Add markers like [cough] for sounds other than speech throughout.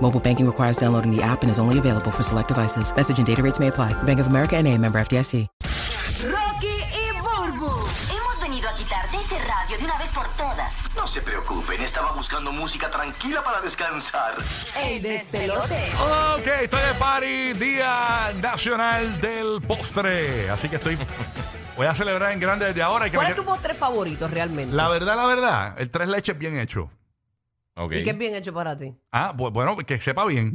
Mobile banking requires downloading the app and is only available for select devices. Message and data rates may apply. Bank of America and a member FDIC. Rocky y Burbu. Hemos venido a quitarte ese radio de una vez por todas. No se preocupen, estaba buscando música tranquila para descansar. El despelote. Ok, estoy de party, Día Nacional del Postre. Así que estoy. Voy a celebrar en grande desde ahora. y que ¿Cuál me- es tu postre favorito realmente? La verdad, la verdad, el tres leches bien hecho. Ok. ¿Y qué [laughs] es bien hecho para ti? Ah, bu- bueno, que sepa bien.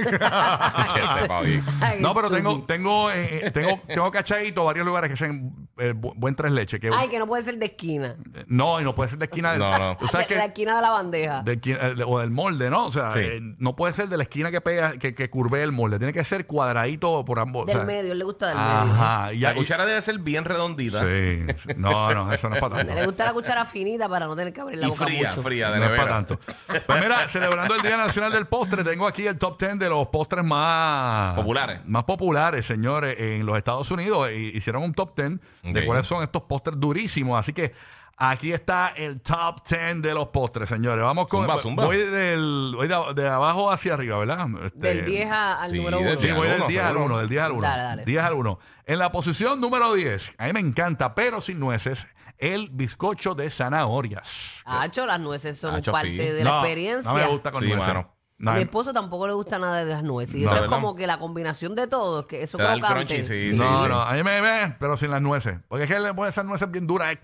[laughs] Que sepa bien. [laughs] Ay, Ah, No, pero tengo, estúpido. tengo, eh, eh, [laughs] tengo, tengo cachadito varios lugares que hacen eh, bu- buen tres leches. Que, Ay, que no puede ser de esquina. No, y no puede ser de esquina del, No, no. tú sabes de, que- la esquina de la bandeja. de esquina- eh, de- o del molde, ¿no? O sea, Sí. eh, no puede ser de la esquina que pega, que, que curve el molde. Tiene que ser cuadradito por ambos. del o sea, medio, él le gusta del Ajá. Y La ahí- cuchara debe ser bien redondita. Sí, sí. No, no, eso no es para medio. Le tanto. gusta la cuchara finita para no tener que abrir la Y boca fría, mucho. fría de No es nevera. para tanto. Pues mira, celebrando el Día Nacional del Postre, tengo aquí el top 10 de los postres más Populares. Más populares, señores, en los Estados Unidos. E- Hicieron un top 10 de Ok. cuáles son estos postres durísimos. Así que aquí está el top 10 de los postres, señores. Vamos con. Zumba, zumba. Voy, del, voy de, de abajo hacia arriba, ¿verdad? Este, Del 10 a- al Sí, número del 1. Sí, voy Al del uno, 10 al seguro. 1, del 10 al 1. Dale, dale. 10 al 1. En la posición número 10, a mí me encanta, pero sin nueces, el bizcocho de zanahorias. Hacho, las nueces son Hacho, parte sí. de la No, experiencia. No me gusta con Sí, nueces. mano. No, A mi esposo tampoco le gusta nada de las nueces. Y No, eso es ¿verdad? como que la combinación de todo, que eso Te da el crocante. crunchy, sí, no, sí, sí. no, a mí me ve, pero sin las nueces. Porque es que le ponen esas nueces bien duras eh,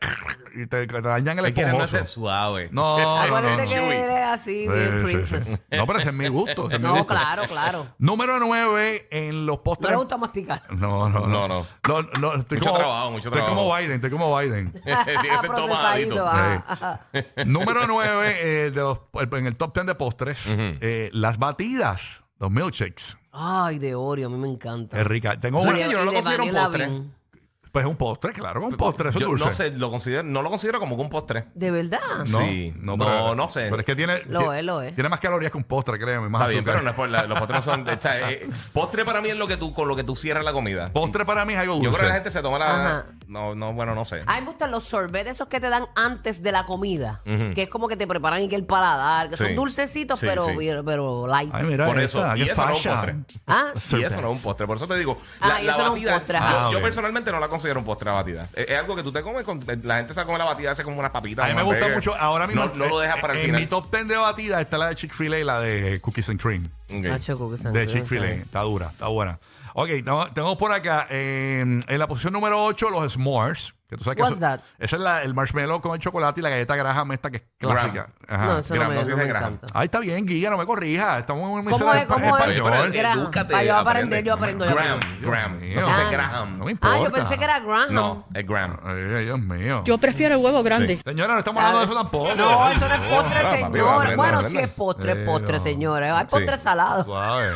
y te, te dañan el Es que no esponjoso. es suave. No, no, no, [laughs] Acuérdate no. que eres así, bien Sí, sí, sí. princess. [laughs] No, pero ese es mi gusto. ese es mi No, gusto. claro, claro. Número 9 en los No postres. le gusta masticar. No, no, no. No, no. Lo- lo- estoy Mucho como, trabajo, mucho estoy trabajo. como Biden, estoy como Biden. [laughs] [laughs] Tiene que ser Procesadito, tomadito. ajá, Sí. ajá. Número 9 en el top 10 de postres, eh, las batidas, los milkshakes. ah. Ay, de Oreo, a mí me encanta. Es rica. Tengo Ah. Sí, una, Y de- yo no lo y de considero un Vanilla postre. Bean. pues es un postre, claro, un postre, eso es Yo dulce. no sé, lo considero, no lo considero como que un postre. ¿De verdad? No. Sí. No, no sé. Pero es que tiene, Lo tiene- es, lo es. tiene más calorías que un postre, créeme, más Está bien, azúcar. pero no es por la- los postres no son. o sea, eh, postre para mí es lo que tú, con lo que tú cierras la comida. Postre para mí es algo dulce. Yo creo que la gente se toma Ajá. la. No, no, bueno, no sé. A mí me gustan los sorbets esos que te dan antes de la comida, que es como que te preparan y que el paladar, que son Sí. dulcecitos, Sí, pero, sí. pero, pero light. Ay, mira Por esa, eso, y qué eso no es un facha. postre. ¿Ah? Y eso no es un postre, por eso te digo, Ah, la, y la eso no es un batida, postre, yo, ajá. yo Ah, ok. personalmente no la considero un postre la batida. Es, es algo que tú te comes, con, la gente se come la batida, hace como unas papitas. A mí me unas gusta burgers. mucho. Ahora mismo. No, no lo dejas para el en final. mi top 10 de batidas está la de Chick-fil-A y la de Cookies and Cream. Ok. Nacho, Ah, que se me De olvidó, Chick-fil-A. ¿sabes? Está dura, está buena. Ok, tengo- tenemos por acá eh, en la posición número 8 los S'mores. Que tú sabes que What's eso- that? Ese es la- el marshmallow con el chocolate y la galleta graham esta que es Graham. clásica. Ajá. No, eso no Gran me, dosis no de me granja. encanta. Ahí está bien, Guía, no me corrijas. Estamos en un ¿Cómo es? de ¿Cómo es? Oye, pero Graham. español. edúcate, Ah, yo aprendo, aprende. yo aprendo, yo Graham, aprendo. Graham. Dios No se dice mío. Graham. No me importa. Ah, yo pensé que era Graham. No, es Graham. Ay, Dios mío. Yo prefiero el huevo grande. Señora, no estamos hablando de eso tampoco. No, eso no es postre, Ah, papi, señora. aprenda, Bueno, aprenda. sí es postre, es Eh, postre, no. señora. Hay Sí. postre salado. [laughs] Suave.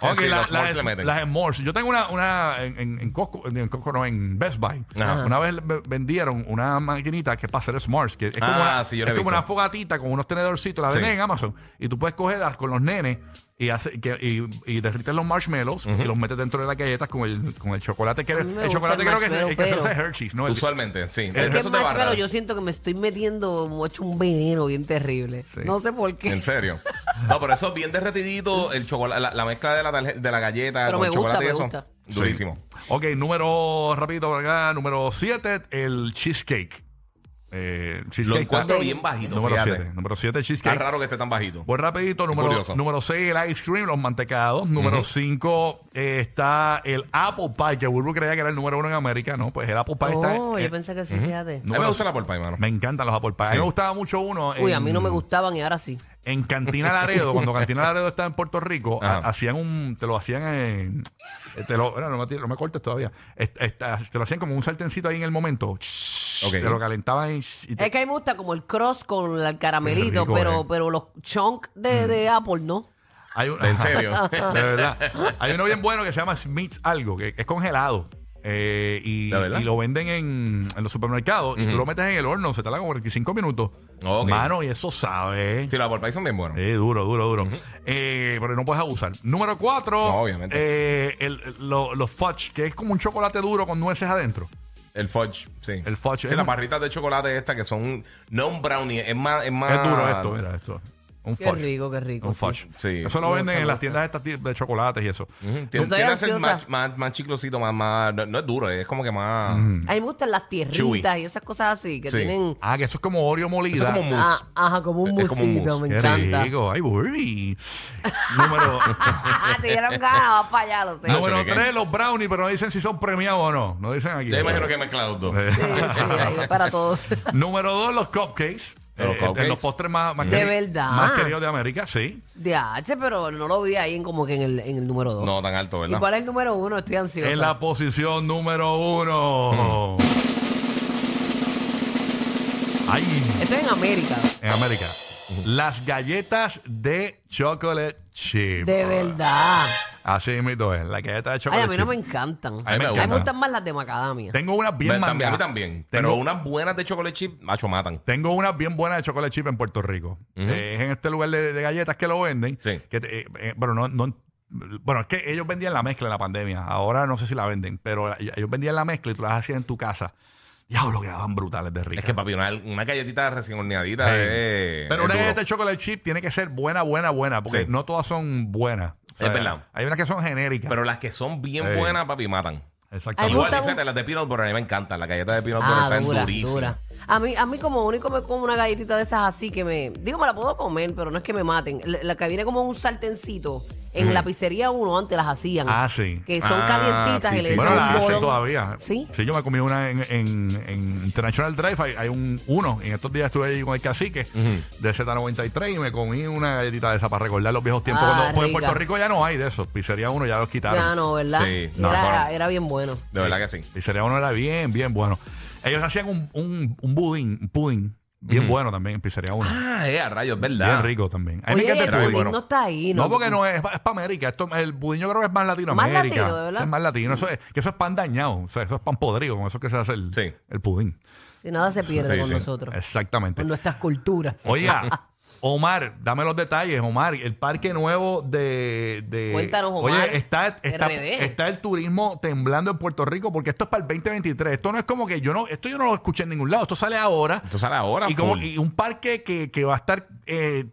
Ok, Sí, la- los s'mores las le meten. las s'mores. Yo tengo una, una en, en, en Costco, en Costco no, en Best Buy. Ajá. Una vez ve- vendieron una maquinita que es para hacer s'mores, que es como, Ah, una, sí, yo la es he como visto. una fogatita con unos tenedorcitos, la venden Sí. en Amazon, y tú puedes cogerlas con los nenes y, hace, que, y, y derrites los marshmallows y los metes dentro de las galletas con el, con el chocolate que mí me el gusta chocolate el creo que, es- marshmallow, es que se hace pero- Hershey's, ¿no? El- Usualmente, sí. Es que Eso es te va a marshmallow, dar. yo siento que me estoy metiendo mucho un veneno bien terrible. No sé por qué. En serio. No, pero eso es bien derretidito, el chocolate, la, la mezcla de la, tarje- de la galleta Pero con me gusta, chocolate me y eso. gusta. Durísimo. Ok, número, rapidito por acá, número 7, el cheesecake. Eh, Lo cheesecake encuentro tart. bien bajito, Número fíjate. 7. Número 7, Está cheesecake. raro que esté tan bajito. Voy rapidito, número, curioso. número 6 el ice cream, los mantecados. Número 5 está el apple pie, que Burbu creía que era el número 1 en América, ¿no? Pues el apple pie está... Oh, eh, yo pensé que sí, fíjate. A mí me gusta la polpa, hermano. me encantan los apple pie. A mí Sí. me gustaba mucho uno en, Uy, a mí no me gustaban y ahora sí. en Cantina Laredo. cuando Cantina Laredo estaba en Puerto Rico, ha- Ajá. hacían un... Te lo hacían en... eh, Te lo, no, no, me, tires, no me cortes todavía. Es- esta- te lo hacían como un sartencito ahí en el momento. Te lo calentaban y... y te- Es que a mí me gusta como el cross con el Qué caramelito, rico, pero, eh. pero los chunk de, Mm. de Apple, ¿no? Hay un- En [laughs] serio. De verdad. Hay uno bien bueno que se llama Smith algo, que es congelado. Eh, y, ¿De verdad? y lo venden en, en los supermercados y tú lo metes en el horno, se tarda como 45 minutos. Ok. Mano, y eso sabe. Sí, los apple pie son bien buenos. Eh, duro, duro, duro. Eh, pero no puedes abusar. Número cuatro, No, obviamente. eh, el- el- lo- los fudge, que es como un chocolate duro con nueces adentro. El fudge, sí. El fudge. Sí, Es las un- barritas de chocolate estas que son... No un brownie, es más... Es, más, Es duro esto, mira esto. Un Qué fudge. rico, qué rico, Un sí. fudge. Sí. Eso lo venden en las tiendas estas ti- de chocolates y eso. Ujú, tien- Yo estoy Tiende a ser ansiosa. más, más, más chiclosito, más... más no, no es duro, es como que más... A mí me gustan las tierritas Chewy. y esas cosas así que Sí. tienen. Ah, que eso es como Oreo molida. Eso es como mousse. Ah, ajá, como un Es como un musito, mousse. me Qué encanta. rico. Ay, Burby. [laughs] Número, Ajá, Ah, te dieron ganas, vas para allá, lo sé. No, número que qué. 3, los brownies, pero no dicen si son premiados o no. No dicen aquí. Eh, [laughs] Yo imagino que he mezclado los dos. Sí, sí, ahí va para todos. [laughs] Número 2, los cupcakes. Los Eh, de cupcakes. los postres más, más, De verdad. más queridos de América, sí. DH, pero no lo vi ahí en como que en el, en el número 2. No tan alto, ¿Y ¿verdad? cuál es el número 1? Estoy ansioso. En la posición número 1. Hmm. Ay, Esto es en América. en América. Las galletas de chocolate chip. De [laughs] verdad. Así mismo es. La galleta de Ay, chocolate a mí no chip. me encantan. A mí me a mí encantan. me gustan más las de macadamia. Tengo unas bien Ve, también, a mí mangadas. también. Tengo- Pero unas buenas de chocolate chip, macho, matan. Tengo unas bien buenas de chocolate chip en Puerto Rico. Eh, es en este lugar de, de galletas que lo venden. Sí. Que te- eh, eh, pero no, no- Bueno, es que ellos vendían la mezcla en la pandemia. Ahora no sé si la venden, pero ellos vendían la mezcla y tú las hacías en tu casa. Diablo, quedaban brutales de ricas. Es que, papi, una, una galletita recién horneadita Sí. es- Pero es una duro. galleta de chocolate chip tiene que ser buena, buena, buena, porque Sí. no todas son buenas. Es verdad. Hay unas que son genéricas. Pero las que son bien Sí. buenas, papi, matan. Ay, Exactamente. Igual, gusta y fíjate, las de peanut butter, a mí me encantan. Las galletas de peanut butter Ah, están dura, durísimas. dura. A mí, a mí como único me como una galletita de esas así que me... Digo, me la puedo comer, pero no es que me maten. La, la que viene como en un sartencito. En la pizzería uno antes las hacían. Ah, sí. Que son Ah, calientitas. sí, y le sí, Bueno, sí, echan la un hacen bolón. todavía. ¿Sí? yo me comí una en, en- en International Drive. Hay, hay un uno. En estos días estuve ahí con el cacique de Z93 y me comí una galletita de esa para recordar los viejos tiempos. Ah, Cuando- pues en rica. Puerto Rico ya no hay de esos. Pizzería uno ya los quitaron. Ya no, ¿verdad? Sí, era, no, no. era bien bueno. De verdad que sí. Pizzería uno era bien, bien bueno. Ellos hacían un, un, un budín, un pudín, bien bueno también en Pizzería uno. Ah, eh, a rayos, ¿verdad? bien rico también. A mí me Oye, encanta el el pudín pudín. bueno. no está ahí, ¿no? No, porque no es, es para América. Esto, el budín yo creo que es más latinoamérica. latino, de verdad. Es más latino. Eso es, que eso es pan dañado. O sea, eso es pan podrido. Con eso es que se hace el, Sí. el pudín. Si nada se pierde Sí, con sí. Este. nosotros. Exactamente. Con nuestras culturas. [laughs] Oiga, Omar, dame los detalles, Omar. El parque nuevo de. de- Cuéntanos, Omar. Oye, está, está, RD. está el turismo temblando en Puerto Rico porque esto es para el 2023. Esto no es como que yo no. Esto yo no lo escuché en ningún lado. Esto sale ahora. Esto sale ahora, Y, como, full. y un parque que, que va a estar eh,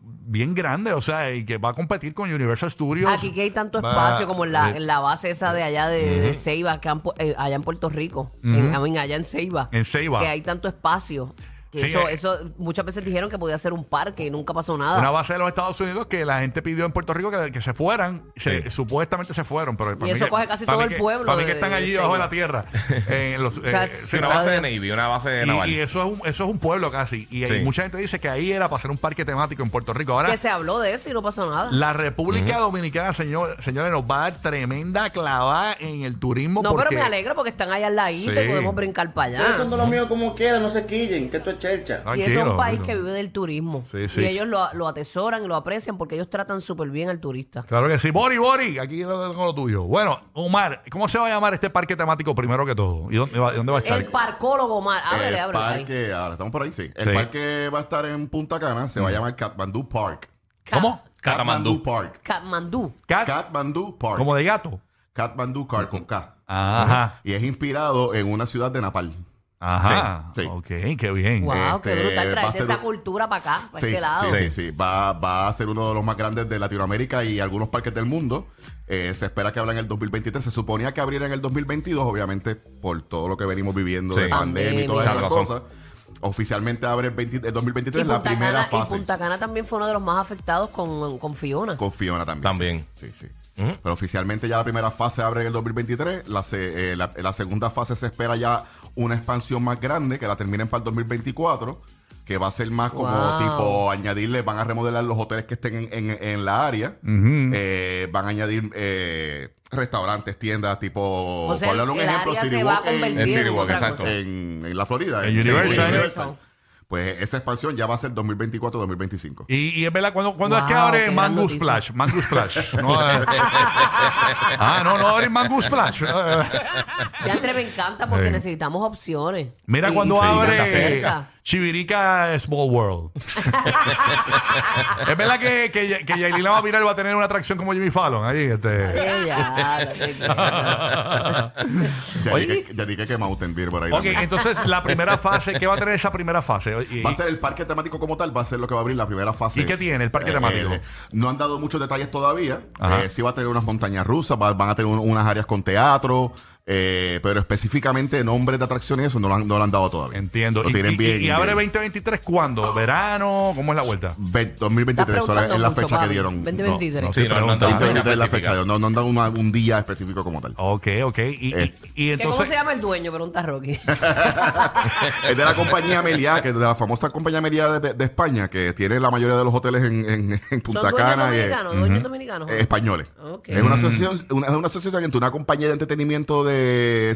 bien grande, o sea, y que va a competir con Universal Studios. Aquí que hay tanto Va- espacio como en la, eh, en la base esa de allá de, de Ceiba, que han pu- eh, allá en Puerto Rico, en, I mean, allá en Ceiba, En Ceiba. que hay tanto espacio. que Sí, eso, eh. eso muchas veces dijeron que podía ser un parque y nunca pasó nada. Una base de los Estados Unidos que la gente pidió en Puerto Rico que, que se fueran. Se- Sí. Supuestamente se fueron, pero para mí eso que- coge casi para todo mí el que- pueblo Para mí de- que están de- allí de debajo de Ceiba. la [laughs] tierra. en los, eh, sea, sí, Sí, una no, base de Navy, una base de naval. y, y eso es un, eso es un pueblo casi. Y, y Sí. mucha gente dice que ahí era para hacer un parque temático en Puerto Rico. Ahora, que se habló de eso y no pasó nada. la República Dominicana, señor, señores, nos va a dar tremenda clavada en el turismo. no, pero porque- me alegro porque están allá al ladito Sí. y podemos brincar para allá. Ustedes son de los míos como quieran, no se quillen, que esto es chercha. Y eso es Tranquilo, un país tranquilo. que vive del turismo. Sí, sí. Y ellos lo, lo atesoran y lo aprecian porque ellos tratan súper bien al turista. Claro que sí. Bori, Bori, aquí lo tengo lo tuyo. Bueno, Omar, ¿cómo se va a llamar este parque temático primero que todo? ¿Y dónde va, dónde va a estar? El parcólogo más. Ábrele, el ábrele. ahí. parque, ahora estamos por ahí, sí. El Sí. parque va a estar en Punta Cana, se va a llamar Katmandú Park. ¿Cómo? Catamandú. Park. Katmandú. Cat, Katmandú Park. como de gato. Katmandú Park con K. Ajá. Y es inspirado en una ciudad de Nepal. Ajá. Sí, sí. Ok, qué bien. Wow, qué Este, brutal va a traerse ser esa un- cultura para acá, para sí, este lado. sí, sí, sí. Va, va a ser uno de los más grandes de Latinoamérica y algunos parques del mundo. Eh, se espera que abra en el 2023. Se suponía que abriera en el 2022, obviamente, por todo lo que venimos viviendo Sí. de pandemia y todas Pandemia. esas Tienes cosas. oficialmente abre el, 20 el Y 2023 la Punta, primera Cana, y fase. Punta Cana también fue uno de los más afectados con, con Fiona. Con Fiona también. También. Sí, sí. sí. Pero oficialmente ya la primera fase abre en el 2023. La, se- eh, la, la segunda fase se espera ya una expansión más grande que la terminen para el 2024. Que va a ser más como Wow. tipo añadirle, van a remodelar los hoteles que estén en, en- en la área. Eh, van a añadir eh, restaurantes, tiendas, tipo. O sea, por darle el área se va a en- convertir en City Walk, otra exacto. cosa. en, en la Florida. En Universal. Universal. Pues esa expansión ya va a ser 2024-2025. Y, y es verdad, cuando cuando es que Wow, abre qué Mango gran Splash? [laughs] Mango Splash. No, eh. ah, no, no abre Mango Splash. Ya entre me encanta porque Sí. necesitamos opciones. Mira Y- cuando y se queda abre cerca. [laughs] Chivirica Small World. es verdad que, que, Ya- que Yailila va a mirar y va a tener una atracción como Jimmy Fallon ahí. Este. Ay, ya, la que queda. [laughs] Ya Oye. dije, ya dije que Mountain Beer por ahí. Ok, también. entonces la primera fase, ¿qué va a tener esa primera fase? Y- Va a ser el parque temático como tal, va a ser lo que va a abrir la primera fase. Eh, ¿Y qué tiene el parque temático? no han dado muchos detalles todavía. Ajá. Eh, sí va a tener unas montañas rusas, va- van a tener un- unas áreas con teatro, eh, pero específicamente nombres de atracciones, eso no lo han, no lo han dado todavía. Entiendo. Lo y, tienen y- bien. y abre bien. 2023 cuándo? ¿Verano? ¿Cómo es la vuelta? Ve- Estás 2023, ahora es preguntando la mucho, fecha que papi. dieron. No, 2023. No, no Sí, se no, no han pregunta. dado fecha. 2023 es la específica. fecha, no, no han dado una- un día específico como tal. Ok, ok. Y, Eh, y- y ¿Qué, ¿Cómo entonces. se llama el dueño? Pregunta Rocky. [laughs] es de la compañía Meliá, que es de la famosa compañía Meliá de, de España, que tiene la mayoría de los hoteles en, en- en Punta ¿Son dueños Cana. y- dominicanos? ¿Dueños dominicanos? Eh, españoles. Ok. Es Mm. una asociación, una, es una asociación entre una compañía de entretenimiento de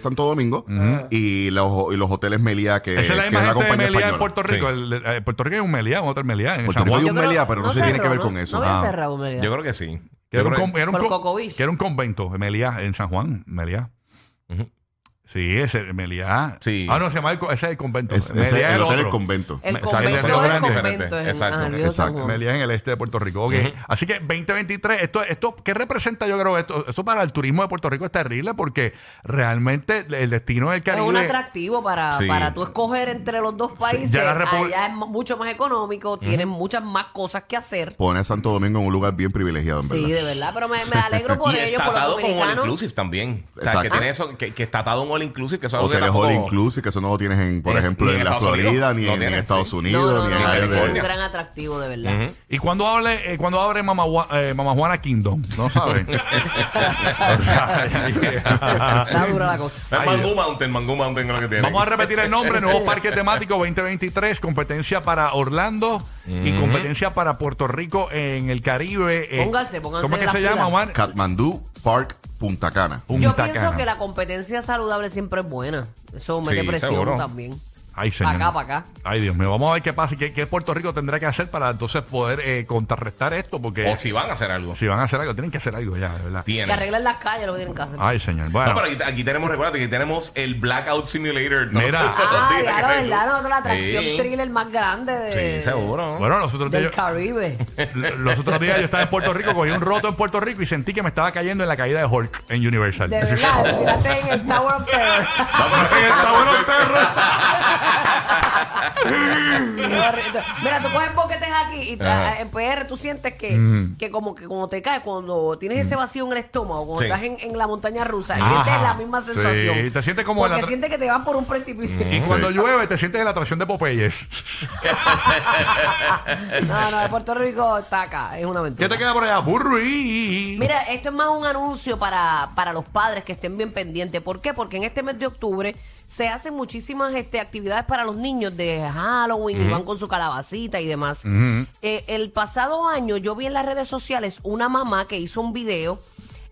Santo Domingo y, los, y los hoteles Meliá, que, Esa es la que misma gente de compañía Meliá en española. Puerto Rico. Sí. El, eh, Puerto Rico hay un Meliá, un hotel Meliá. En Puerto San Juan. Rico hay Yo un creo- Meliá, pero no se tiene que cerró, ver ¿no? con eso. No había Ah. cerrado Meliá. Yo creo que sí. Que era, Yo un, creo con- era un Por con- Coco Beach. que era un convento, en Meliá, en San Juan, Meliá. Ujú. Sí, ese Meliá. Sí. Ah, no, se llama el, co- ese es el convento. Es, es Meliá el, es hotel del otro. convento. El Me- convento salió es de el grande. convento. es Exacto, ajá, Río San exacto. Juan. Meliá en el este de Puerto Rico. ok. Así que 2023, esto, esto, ¿qué representa yo creo esto? Esto para el turismo de Puerto Rico es terrible porque realmente el destino del Es Caribe. un atractivo para, Sí. para tú escoger entre los dos países. Ya la Repub- Allá es mu- mucho más económico, tienes muchas más cosas que hacer. Pone a Santo Domingo en un lugar bien privilegiado, en Sí, verdad. de verdad, pero me, me alegro por [laughs] y ellos, por los tatado con All dominicanos. Inclusive también. O sea, Exacto. que tiene eso, que, que está tatado un All Inclusive, que eso es algo que Hoteles tampoco- all inclusive, que eso no lo tienes, en, por Eh, Ni en- ejemplo, ni en, en la Estados Florida, Unidos. ni No en, tienes, Estados sí. Unidos, ni en no, áreas es de- un California. gran atractivo, de verdad. ¿Y cuando hable, eh, cuando abre Mamá, Gua- eh, Mamá Juana Kingdom? No [laughs] saben. Está dura la cosa. [laughs] Es Mangú Mountain, Mangú Mountain es lo que tiene. Vamos a repetir el nombre, nuevo parque temático 2023, competencia para Orlando y competencia para Puerto Rico en el Caribe. eh. Pónganse, pónganse ¿Cómo es que las se llama, pilas. Omar? Kathmandú Park, Punta Cana. Yo Punta pienso Cana. que la competencia saludable siempre es buena. Eso mete Sí, presión seguro. también. Ay, Pa' señor. acá, para acá. Ay, Dios mío, vamos a ver qué pasa, y qué, qué Puerto Rico tendrá que hacer para entonces poder eh, contrarrestar esto, porque O si van a hacer algo. si van a hacer algo, tienen que hacer algo ya, de verdad. Que Tienen. arreglen las calles lo que tienen que hacer. Ah, Ay, señor. No, Bueno, pero aquí, aquí tenemos, recuérdate que tenemos el Blackout Simulator. todos- Mira. [laughs] todos los Ah, días ya, que la tenemos. verdad, nosotros la atracción Sí. thriller más grande de, Sí, seguro. bueno, los otros del días, Caribe. [laughs] yo- los otros días yo estaba en Puerto Rico, cogí un roto en Puerto Rico y sentí que me estaba cayendo en la caída de Hulk en Universal. De verdad, [laughs] mírate en el Tower of Terror. En el Tower of Terror. Mira, tú coges boquetes aquí y tú- en PR tú sientes que, que como que cuando te caes, cuando tienes ese vacío en el estómago, cuando Sí. estás en, en la montaña rusa, Ajá. sientes la misma Sí, sensación. te sientes como en la Porque tra- sientes que te van por un precipicio. Y cuando Sí. llueve te sientes en la atracción de Popeyes. [laughs] No, no, de Puerto Rico está acá, es una ¿Qué mentira. te queda por allá? Burri. Mira, esto es más un anuncio para, para los padres que estén bien pendientes. ¿Por qué? Porque en este mes de octubre se hacen muchísimas este, actividades para los niños de Halloween y van con su calabacita y demás. Eh, el pasado año yo vi en las redes sociales una mamá que hizo un video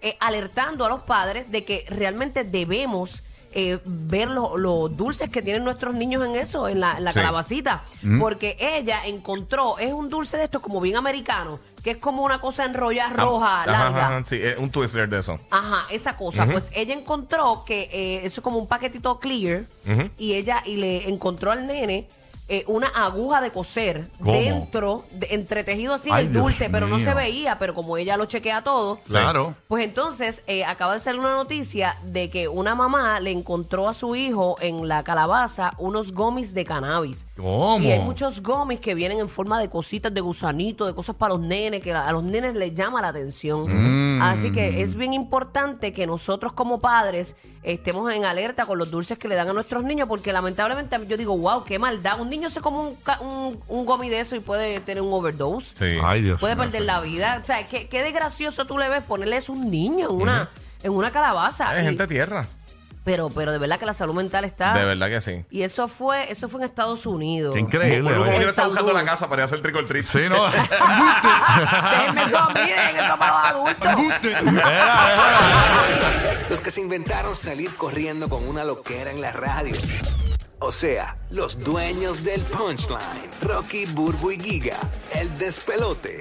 eh, alertando a los padres de que realmente debemos eh, ver lo- los dulces que tienen nuestros niños en eso, en la, en la Sí. calabacita. Porque ella encontró, es un dulce de estos como bien americano, que es como una cosa enrollada Ah, roja, ajá, larga. ajá, sí, eh, un twister de eso. Ajá, esa cosa. Pues ella encontró que eh, eso es como un paquetito clear y ella y le encontró al nene eh, una aguja de coser ¿Cómo? dentro, de- entretejido así Ay, el Dios dulce, pero no se mío. veía, pero como ella lo chequea todo. Claro. Pues entonces eh, acaba de salir una noticia de que una mamá le encontró a su hijo en la calabaza unos gomis de cannabis. ¿Cómo? Y hay muchos gomis que vienen en forma de cositas, de gusanitos, de cosas para los nenes, que a los nenes les llama la Mm. atención. Así que es bien importante que nosotros como padres estemos en alerta con los dulces que le dan a nuestros niños, porque lamentablemente yo digo, wow, qué maldad, un niño se come un, ca- un, un gomi de eso y puede tener un overdose. Sí. Ay, Dios Puede mío. perder la vida. O sea, qué, qué desgracioso tú le ves ponerle eso a un niño en una, en una calabaza. Hay Y- gente tierra. pero, pero de verdad que la salud mental está. De verdad que sí. Y eso fue, eso fue en Estados Unidos. Qué increíble. Bueno, como oye. quiera está San buscando la Luis. casa para ir a hacer trick or treat. Sí, no. [laughs] Déjenme eso a mí, dejen eso para los adultos. Los que se inventaron salir corriendo con una loquera en la radio. O sea, los dueños del punchline. Rocky, Burbu y Giga. El despelote.